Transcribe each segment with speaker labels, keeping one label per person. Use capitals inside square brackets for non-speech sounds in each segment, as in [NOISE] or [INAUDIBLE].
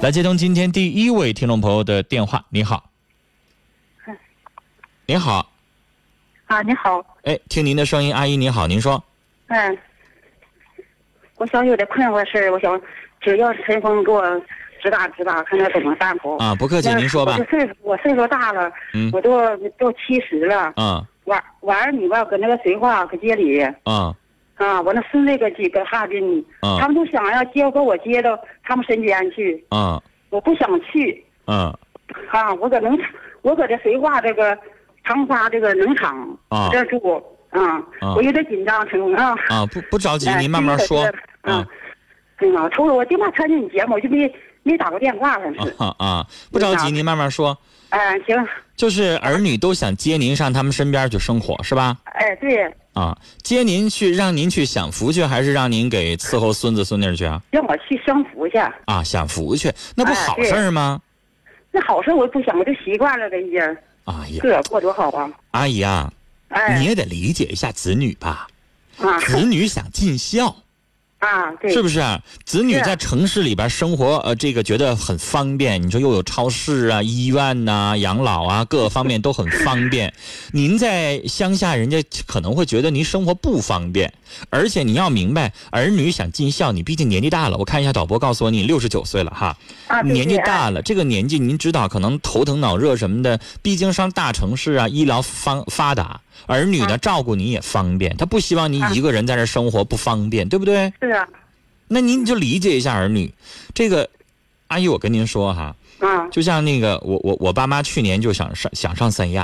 Speaker 1: 来接通今天第一位听众朋友的电话。你好，你好，
Speaker 2: 啊，你好，
Speaker 1: 哎，听您的声音，阿姨你好，您说，
Speaker 2: 嗯，我想有点困惑事儿，我想只要陈峰给我指导指导，看看怎么办不？
Speaker 1: 啊，不客气，
Speaker 2: 那
Speaker 1: 您说吧
Speaker 2: 我，岁数我岁数大了，
Speaker 1: 嗯
Speaker 2: 我都都七十了，
Speaker 1: 嗯
Speaker 2: 我我儿女吧，搁那个绥化搁街里
Speaker 1: 嗯
Speaker 2: 啊，我那孙子搁几个哈尔滨，他
Speaker 1: 嗯
Speaker 2: 们都想要接把我接到他们身边去，
Speaker 1: 嗯
Speaker 2: 我不想去
Speaker 1: 嗯
Speaker 2: 啊，我搁农场，我搁这绥化这个长沙这个农场
Speaker 1: 啊
Speaker 2: 这住啊
Speaker 1: 啊，
Speaker 2: 我有点紧张，陈峰啊。
Speaker 1: 啊，不不着急，
Speaker 2: 哎
Speaker 1: 您慢慢说，
Speaker 2: 嗯
Speaker 1: 啊，
Speaker 2: 哎呀，除了我就怕参加你节目，我就没没打过电话，反正是。
Speaker 1: 啊啊，不着急，您慢慢说。
Speaker 2: 哎，行，
Speaker 1: 就是儿女都想接您上他们身边去生活，是吧？
Speaker 2: 哎，对，
Speaker 1: 啊，接您去，让您去享福去，还是让您给伺候孙子孙女去啊？
Speaker 2: 让我去享福去，
Speaker 1: 啊，享福去，那不好事儿吗？
Speaker 2: 那好事我不想，我就习惯了呗，已经
Speaker 1: 哎呀
Speaker 2: 自，个儿过多好啊！
Speaker 1: 阿姨啊，你
Speaker 2: 哎，
Speaker 1: 也得理解一下子女吧，
Speaker 2: 啊
Speaker 1: 子女想尽孝，
Speaker 2: 啊， [LAUGHS] 对，
Speaker 1: 是不是？子女
Speaker 2: 是啊
Speaker 1: 在城市里边生活，呃，这个觉得很方便。你说又有超市啊、医院呐、养老啊，各个方面都很方便。您在乡下，人家可能会觉得您生活不方便，而且你要明白，儿女想尽孝，你毕竟年纪大了。我看一下导播告诉我，你六十九岁了哈。
Speaker 2: 啊，对
Speaker 1: 年纪，
Speaker 2: 对哎
Speaker 1: 大了，这个年纪您知道，可能头疼脑热什么的，毕竟上大城市啊，医疗方发达，儿女呢照顾你也方便，他不希望你
Speaker 2: 啊
Speaker 1: 一个人在这生活不方便，对不对？
Speaker 2: 是啊，
Speaker 1: 那您
Speaker 2: 嗯
Speaker 1: 就理解一下儿女，这个。阿姨，我跟您说哈，
Speaker 2: 啊
Speaker 1: 就像那个我我我爸妈去年就想上想上三亚，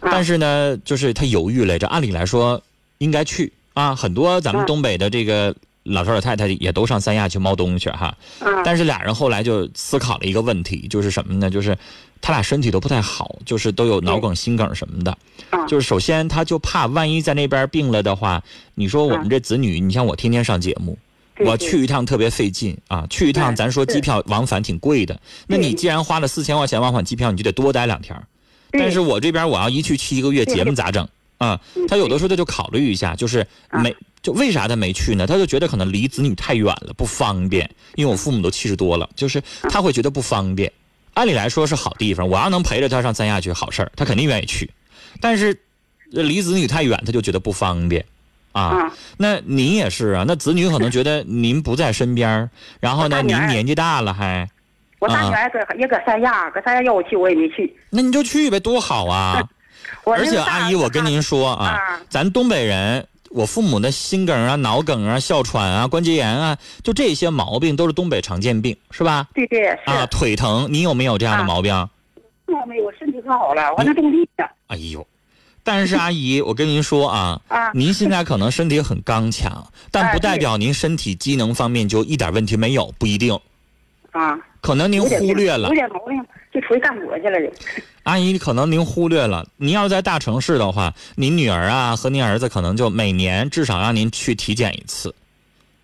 Speaker 2: 啊
Speaker 1: 但是呢，就是他犹豫来着。按理来说应该去啊，很多咱们
Speaker 2: 啊
Speaker 1: 东北的这个老头老太太也都上三亚去猫冬去哈。
Speaker 2: 啊
Speaker 1: 但是俩人后来就思考了一个问题，就是什么呢？就是他俩身体都不太好，就是都有脑梗、心梗什么的。嗯
Speaker 2: 啊
Speaker 1: 就是首先，他就怕万一在那边病了的话，你说我们这子女，你像我天天上节目，
Speaker 2: 对
Speaker 1: 我
Speaker 2: 对
Speaker 1: 去一趟特别费劲啊，去一趟
Speaker 2: 嗯
Speaker 1: 咱说
Speaker 2: 是
Speaker 1: 机票往返挺贵的，那
Speaker 2: 对
Speaker 1: 你既然花了四千块钱往返机票，你就得多待两天儿。
Speaker 2: 对
Speaker 1: 但是我这边我要一去去一个月，
Speaker 2: 对
Speaker 1: 节目咋整啊？
Speaker 2: 嗯
Speaker 1: 他有的时候他就考虑一下，就是
Speaker 2: 啊
Speaker 1: 没就为啥他没去呢？他就觉得可能离子女太远了，不方便。因为我父母都七十多了，就是
Speaker 2: 啊
Speaker 1: 他会觉得不方便。按理来说是好地方，我要能陪着他上三亚去，好事儿，他肯定愿意去。但是呃离子女太远，他就觉得不方便啊。
Speaker 2: 啊
Speaker 1: 那您也是啊，那子女可能觉得您不在身边儿，然后呢，
Speaker 2: 我大女
Speaker 1: 您
Speaker 2: 儿
Speaker 1: 年纪大了还，
Speaker 2: 我大
Speaker 1: 啊
Speaker 2: 女儿搁也搁三亚，搁三亚要我去，我也没去。
Speaker 1: 那你就去呗，多好啊！
Speaker 2: 我
Speaker 1: 而
Speaker 2: 那
Speaker 1: 且
Speaker 2: 个大
Speaker 1: 阿姨，我跟您说啊
Speaker 2: 啊，
Speaker 1: 咱东北人，我父母的心梗啊、脑梗啊、哮喘啊、关节炎啊，就这些毛病都是东北常见病，是吧？
Speaker 2: 对对是，
Speaker 1: 啊，腿疼，你有没有这样的
Speaker 2: 啊
Speaker 1: 毛病？
Speaker 2: 我没有，我身体可好了，我还能种地呢。
Speaker 1: 哎呦，但是阿姨，我跟您说
Speaker 2: [LAUGHS]
Speaker 1: 啊，
Speaker 2: 啊
Speaker 1: 您现在可能身体很刚强，但
Speaker 2: 哎
Speaker 1: 不代
Speaker 2: 对
Speaker 1: 表您身体机能方面就一点问题没有，不一定，
Speaker 2: 啊，
Speaker 1: 可能您
Speaker 2: 有点
Speaker 1: 忽略了
Speaker 2: 有。点毛病就出去干活去了就。
Speaker 1: 阿姨，可能您忽略了，您要是在大城市的话，您女儿啊和您儿子可能就每年至少让您去体检一次，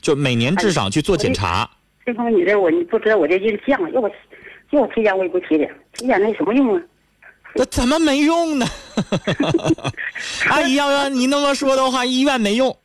Speaker 1: 就每年至少去做检查。
Speaker 2: 这峰，你这我你不知道我这印象，要我要我体检我也不体检，体检那有什么用啊？
Speaker 1: 那怎么没用呢？ [LAUGHS] 阿姨，要让您那么说的话，医院没用。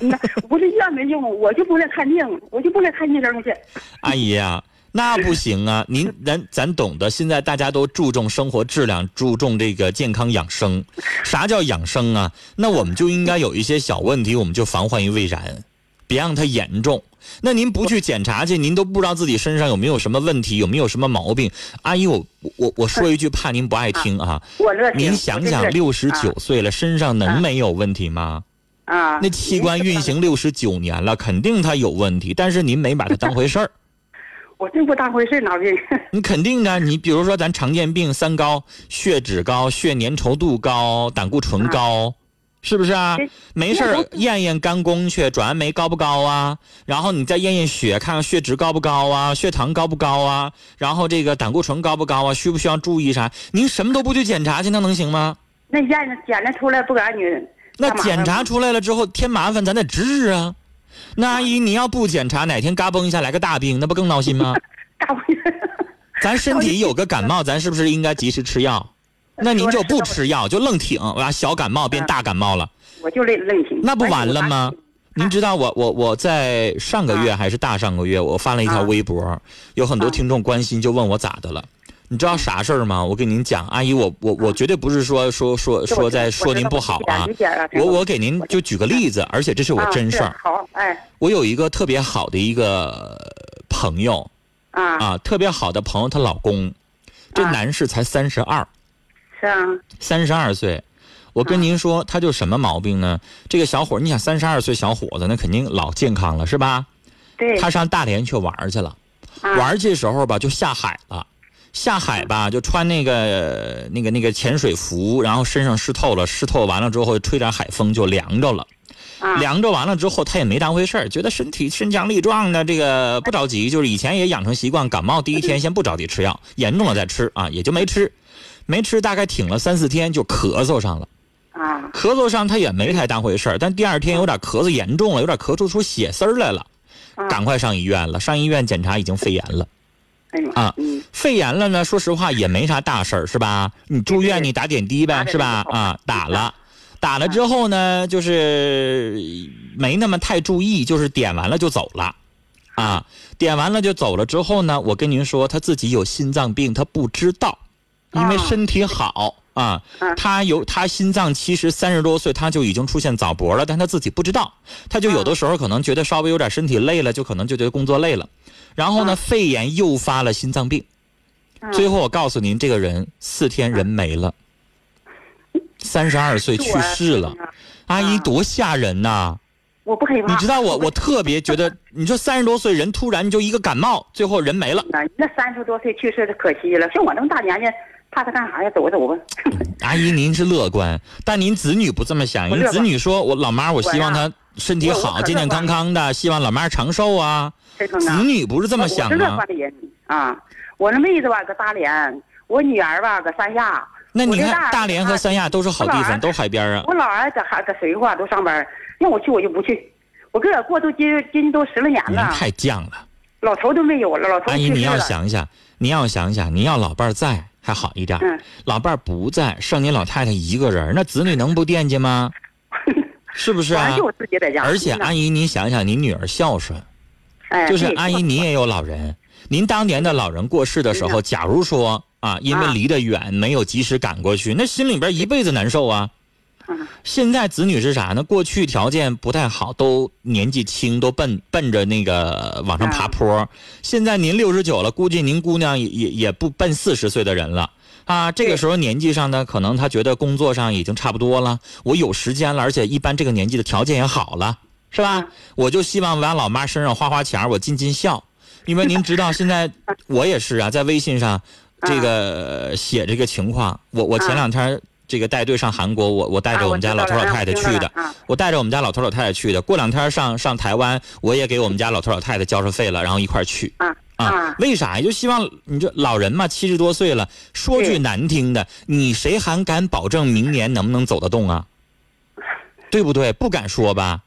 Speaker 2: 那不是医院没用，我就不来看病，我就不来看医生去。
Speaker 1: 阿姨啊，那不行
Speaker 2: [LAUGHS]
Speaker 1: 啊！您咱咱懂得，现在大家都注重生活质量，注重这个健康养生。啥叫养生啊？那我们就应该有一些小问题，我们就防患于未然，别让它严重。那您不去检查去，您都不知道自己身上有没有什么问题，有没有什么毛病。阿姨，我我我说一句，怕您不爱听啊。
Speaker 2: 我乐
Speaker 1: 您想想，六十九岁了，身上能没有问题吗？
Speaker 2: 啊，
Speaker 1: 那器官运，行六十九年了，肯定它有问题，但是您没把它当回事儿。
Speaker 2: 我真不当回事脑病。
Speaker 1: 你肯定的，你比如说咱常见病三高，血脂高、血粘稠度高、胆固醇高，是不是啊
Speaker 2: 嗯对？
Speaker 1: 没事
Speaker 2: 那
Speaker 1: 儿
Speaker 2: 都
Speaker 1: 验验肝功去，转氨酶高不高啊？然后你再验验血，看看血脂高不高啊，血糖高不高啊？然后这个胆固醇高不高啊？需不需要注意啥？您什么都不去检查去，那能行吗？
Speaker 2: [LAUGHS] 那验检了出来不敢女人。
Speaker 1: 那
Speaker 2: 干嘛呢
Speaker 1: 检查出来了之后添麻烦，咱得治啊。那阿姨，你要不检查，哪天嘎嘣一下来个大病，那不更闹心吗？
Speaker 2: 大回事，
Speaker 1: 咱身体有个感
Speaker 2: [LAUGHS]
Speaker 1: 冒，咱是不是应该及时吃药？那您就
Speaker 2: 啊
Speaker 1: 不吃药，就愣挺，完小感冒变大感冒了，
Speaker 2: 我就累累挺。
Speaker 1: 那不完了吗？您知道我我我在上个
Speaker 2: 啊
Speaker 1: 月还是大上个月，我发了一条微博，有很多听众关心，就问我咋的了。你知道啥事儿吗？我跟您讲，阿姨，我我我绝对不是说说说
Speaker 2: 啊这我
Speaker 1: 说在
Speaker 2: 知
Speaker 1: 说
Speaker 2: 我知
Speaker 1: 您
Speaker 2: 道
Speaker 1: 不
Speaker 2: 我
Speaker 1: 好
Speaker 2: 知道
Speaker 1: 啊
Speaker 2: 理。解了陈
Speaker 1: 我
Speaker 2: 峰
Speaker 1: 我给您就举个例子，而且这是我
Speaker 2: 啊
Speaker 1: 真
Speaker 2: 是
Speaker 1: 事儿。
Speaker 2: 好，哎，
Speaker 1: 我有一个特别好的一个呃朋友
Speaker 2: 啊，
Speaker 1: 啊，特别好的朋友，她老公，这
Speaker 2: 啊
Speaker 1: 男士才三十二，
Speaker 2: 是啊，
Speaker 1: 三十二岁。我跟
Speaker 2: 啊
Speaker 1: 您说，他就什么毛病呢？这个小伙儿，你想三十二岁小伙子，那肯定老健康了，是吧？
Speaker 2: 对，
Speaker 1: 他上大连去玩儿去了，
Speaker 2: 啊
Speaker 1: 玩儿去时候吧就下海了，下海吧就穿那个那个那个潜水服，然后身上湿透了，湿透完了之后吹点海风就凉着了，
Speaker 2: 啊
Speaker 1: 凉着完了之后他也没当回事儿，觉得身体身强力壮的，这个不着急，就是以前也养成习惯，感冒第一天先不着急吃药，严重了再吃啊，也就没吃，没吃大概挺了三四天就咳嗽上了。
Speaker 2: 啊
Speaker 1: 咳嗽上他也没太当回事儿，但第二天有点咳嗽严重了，有点咳出出血丝儿来了，
Speaker 2: 啊
Speaker 1: 赶快上医院了。上医院检查已经肺炎了，
Speaker 2: 哎呦
Speaker 1: 啊
Speaker 2: 嗯
Speaker 1: 肺炎了呢，说实话也没啥大事儿，是吧？你住院
Speaker 2: 对
Speaker 1: 你打点滴呗
Speaker 2: 打，点
Speaker 1: 是吧
Speaker 2: 滴？就好嗯
Speaker 1: 啊，打了，打了之后呢，就是没那么太注意，就是点完了就走了。啊，点完了就走了之后呢，我跟您说，他自己有心脏病，他不知道，因为
Speaker 2: 啊
Speaker 1: 身体好啊
Speaker 2: 嗯，
Speaker 1: 他有他心脏其实三十多岁他就已经出现早搏了，但他自己不知道，他就
Speaker 2: 嗯
Speaker 1: 有的时候可能觉得稍微有点身体累了，就可能就觉得工作累了，然后呢，
Speaker 2: 嗯
Speaker 1: 肺炎诱发了心脏病，
Speaker 2: 嗯
Speaker 1: 最后我告诉您，这个人四天人没了，三十二岁去世了，，阿姨
Speaker 2: 嗯
Speaker 1: 多吓人呐、
Speaker 2: 我不害怕，
Speaker 1: 你知
Speaker 2: [LAUGHS]
Speaker 1: 道我我特别觉得，你说三十多岁人突然就一个感冒，最后人没了。
Speaker 2: 那那三十多岁去世的可惜了，像我这么大年纪，怕他干啥呀？走走吧，
Speaker 1: 阿姨，您是乐观，但您子女不这么想。
Speaker 2: 我
Speaker 1: 您
Speaker 2: 乐观
Speaker 1: 子女说：“我老妈，我希望
Speaker 2: 我
Speaker 1: 她身体
Speaker 2: 啊我我
Speaker 1: 好，
Speaker 2: 可
Speaker 1: 健健
Speaker 2: 乐
Speaker 1: 康
Speaker 2: 观
Speaker 1: 康的，希望老妈长寿啊。”
Speaker 2: 陈峰啊
Speaker 1: 子。女不是这么想
Speaker 2: 我是乐
Speaker 1: 啊
Speaker 2: 观。的人啊，我那妹子吧搁大连，我女儿吧搁三亚，
Speaker 1: 那你
Speaker 2: 我这
Speaker 1: 看，
Speaker 2: 大
Speaker 1: 大连和三亚都是好地方，都海边啊。
Speaker 2: 我老儿搁还搁绥化都上班，让我去我就不去。我跟我过都今今都十来年
Speaker 1: 您
Speaker 2: 了，
Speaker 1: 太犟了，
Speaker 2: 老头都没有了，老头
Speaker 1: 阿姨，
Speaker 2: 去
Speaker 1: 你
Speaker 2: 世
Speaker 1: 要
Speaker 2: 了。
Speaker 1: 想一想，你要想一想，你要老伴儿在还好一点儿，
Speaker 2: 嗯
Speaker 1: 老伴儿不在，剩你老太太一个人儿，那子女能不惦记
Speaker 2: [LAUGHS]
Speaker 1: 吗？是不是
Speaker 2: 完
Speaker 1: 啊
Speaker 2: 了就？我自己在家。
Speaker 1: 而且阿
Speaker 2: 姨，
Speaker 1: 姨，你想想，你女儿孝顺，
Speaker 2: 哎，
Speaker 1: 就是
Speaker 2: 对
Speaker 1: 阿姨，你也有老人。您当年的老人过世的时候，假如说啊，因为
Speaker 2: 啊
Speaker 1: 离得远，没有及时赶过去，那心里边一辈子难受啊。
Speaker 2: 嗯
Speaker 1: 现在子女是啥呢？过去条件不太好，都年纪轻，都奔奔着那个往上爬坡。
Speaker 2: 啊
Speaker 1: 现在您六十九了，估计您姑娘也也也不奔四十岁的人了啊。这个
Speaker 2: 对
Speaker 1: 时候年纪上呢，可能她觉得工作上已经差不多了，我有时间了，而且一般这个年纪的条件也好了，是吧
Speaker 2: 嗯？
Speaker 1: 我就希望往老妈身上花花钱儿，我尽尽孝。因为您知道，现在我也是啊，在微信 [LAUGHS] 上这个写这个情况，我我前
Speaker 2: 啊
Speaker 1: 两天这个带队上韩国，我
Speaker 2: 哎
Speaker 1: 我带嗯哎啊着我们家老头老太太去的，
Speaker 2: 啊
Speaker 1: 我带着我们家老头老太太去的。过两天上上台湾，我也给我们家老头老太太交上费了，然后一块儿去。
Speaker 2: 啊
Speaker 1: 啊，为啥呀？就希望你这老人嘛，七十多岁了，说句
Speaker 2: 对
Speaker 1: 难听的，你谁还敢保证明年能不能走得动啊？对不对？不敢说吧？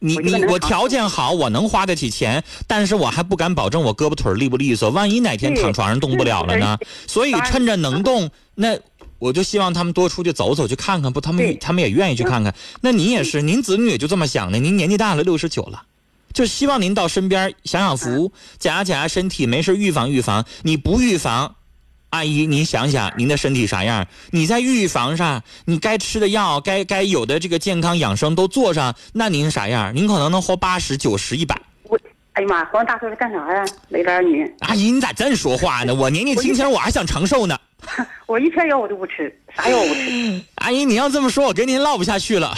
Speaker 1: 你
Speaker 2: 我这个
Speaker 1: 你
Speaker 2: 人
Speaker 1: 我
Speaker 2: 好
Speaker 1: 条件好，我能花得起钱，但是我还不敢保证我胳膊腿儿利不利索，万一哪天
Speaker 2: 对
Speaker 1: 躺床上动不了了呢？所以
Speaker 2: 当然
Speaker 1: 趁着能动，那我就希望他们多出去走走，去看看，不，他们也
Speaker 2: 对
Speaker 1: 他们也愿意去看看。那您也是，您子女也就这么想的，您年纪大了，六十九了。就希望您到身边享享福，检查检查身体，没事预防预防。你不预防，阿姨，您想想您的身体啥样？你在预防上，你该吃的药、该该有的这个健康养生都做上，那您啥样？您可能能活八十、九十、一百。
Speaker 2: 我哎呀妈，黄大叔是干啥呀？没儿女，
Speaker 1: 阿姨，你咋这说话呢？我年纪轻轻，我还想长寿呢。
Speaker 2: 我一片药我都不吃，啥药我不吃。
Speaker 1: 阿姨，你要这么说，我跟您唠不下去
Speaker 2: [LAUGHS]
Speaker 1: 了。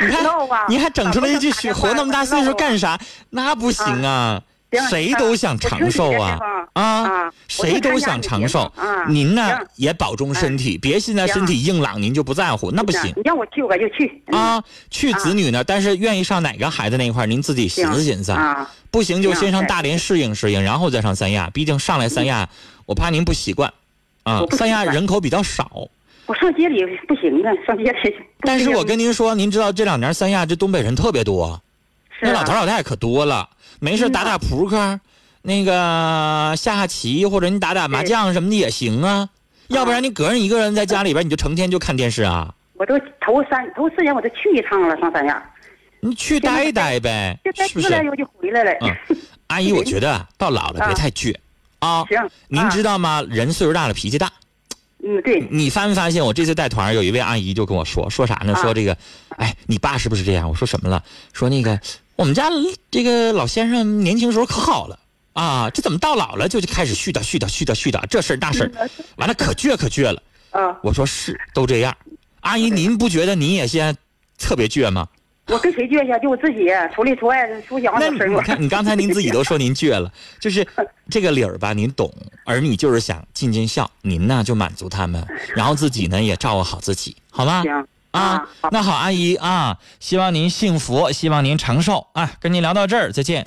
Speaker 1: 你看
Speaker 2: 唠啊吧，
Speaker 1: 你还整出来一句“活那么大岁数干啥”，那不行啊！
Speaker 2: 啊行
Speaker 1: 谁都想长寿啊啊！
Speaker 2: 啊？
Speaker 1: 谁都想长寿
Speaker 2: 啊。，
Speaker 1: 您呢
Speaker 2: 行嗯
Speaker 1: 也保重身体，别现在身体硬朗您就不在乎，那不行
Speaker 2: 你让我去我就去。
Speaker 1: 啊！去
Speaker 2: 啊
Speaker 1: 子女呢，但是愿意上哪个孩子那一块儿，您自己寻
Speaker 2: 行
Speaker 1: 思寻思。
Speaker 2: 啊，
Speaker 1: 不行就先上
Speaker 2: 行
Speaker 1: 大连适应适应，然后再上三亚。毕竟上来三亚，我怕您不习惯啊
Speaker 2: 嗯我。不习
Speaker 1: 三亚
Speaker 2: 惯
Speaker 1: 人口比较少，
Speaker 2: 我上街里不行啊，上街里。 [LAUGHS]
Speaker 1: 但是我跟您说，您知道这两年三亚这东北人特别多，
Speaker 2: 是
Speaker 1: 那老头
Speaker 2: 啊
Speaker 1: 老太太可多了，没事
Speaker 2: 嗯呐
Speaker 1: 打打扑克，那个下下棋，或者你打打麻将什么的也行啊。
Speaker 2: 嗯
Speaker 1: 要不然你个人一个人在家里边，你就成天就看电视啊。
Speaker 2: 我都头三头四年我都去一趟了，上三亚。
Speaker 1: 你去待一待呗
Speaker 2: 这，再
Speaker 1: 是不
Speaker 2: 出来
Speaker 1: 是？
Speaker 2: 我就回来了。
Speaker 1: 嗯阿姨，我觉得啊到老了别
Speaker 2: 啊
Speaker 1: 太倔啊。
Speaker 2: [LAUGHS] 行，
Speaker 1: 您知
Speaker 2: 道？
Speaker 1: 道吗？人岁数大了脾气大。
Speaker 2: 嗯，对，
Speaker 1: 你发没发现？我这次带团儿有一位阿姨就跟我说，说啥呢？
Speaker 2: 啊
Speaker 1: 说这个，哎，你爸是不是这样？我说什么了？说那个我们家这个老先生年轻时候可好了啊，这怎么到老了就就开始絮叨絮叨絮叨絮叨这事儿那事
Speaker 2: 嗯
Speaker 1: 儿，完了可倔可倔了。
Speaker 2: 啊，
Speaker 1: 我说是都这样，阿姨您不觉得您也现在特别倔吗？
Speaker 2: 我跟谁倔去啊？就我自己，除里除外，出想
Speaker 1: 那
Speaker 2: 的
Speaker 1: 你
Speaker 2: 生
Speaker 1: 你
Speaker 2: 活。
Speaker 1: 看，你刚才您自己都说您倔
Speaker 2: [LAUGHS]
Speaker 1: 了，就是这个理儿吧，您懂，而你就是想尽尽孝，您呢就满足他们，然后自己呢也照顾好自己，好吗？
Speaker 2: 行
Speaker 1: 啊，那好，阿姨啊，希望您幸福，希望您长寿啊。跟您聊到这儿，再见。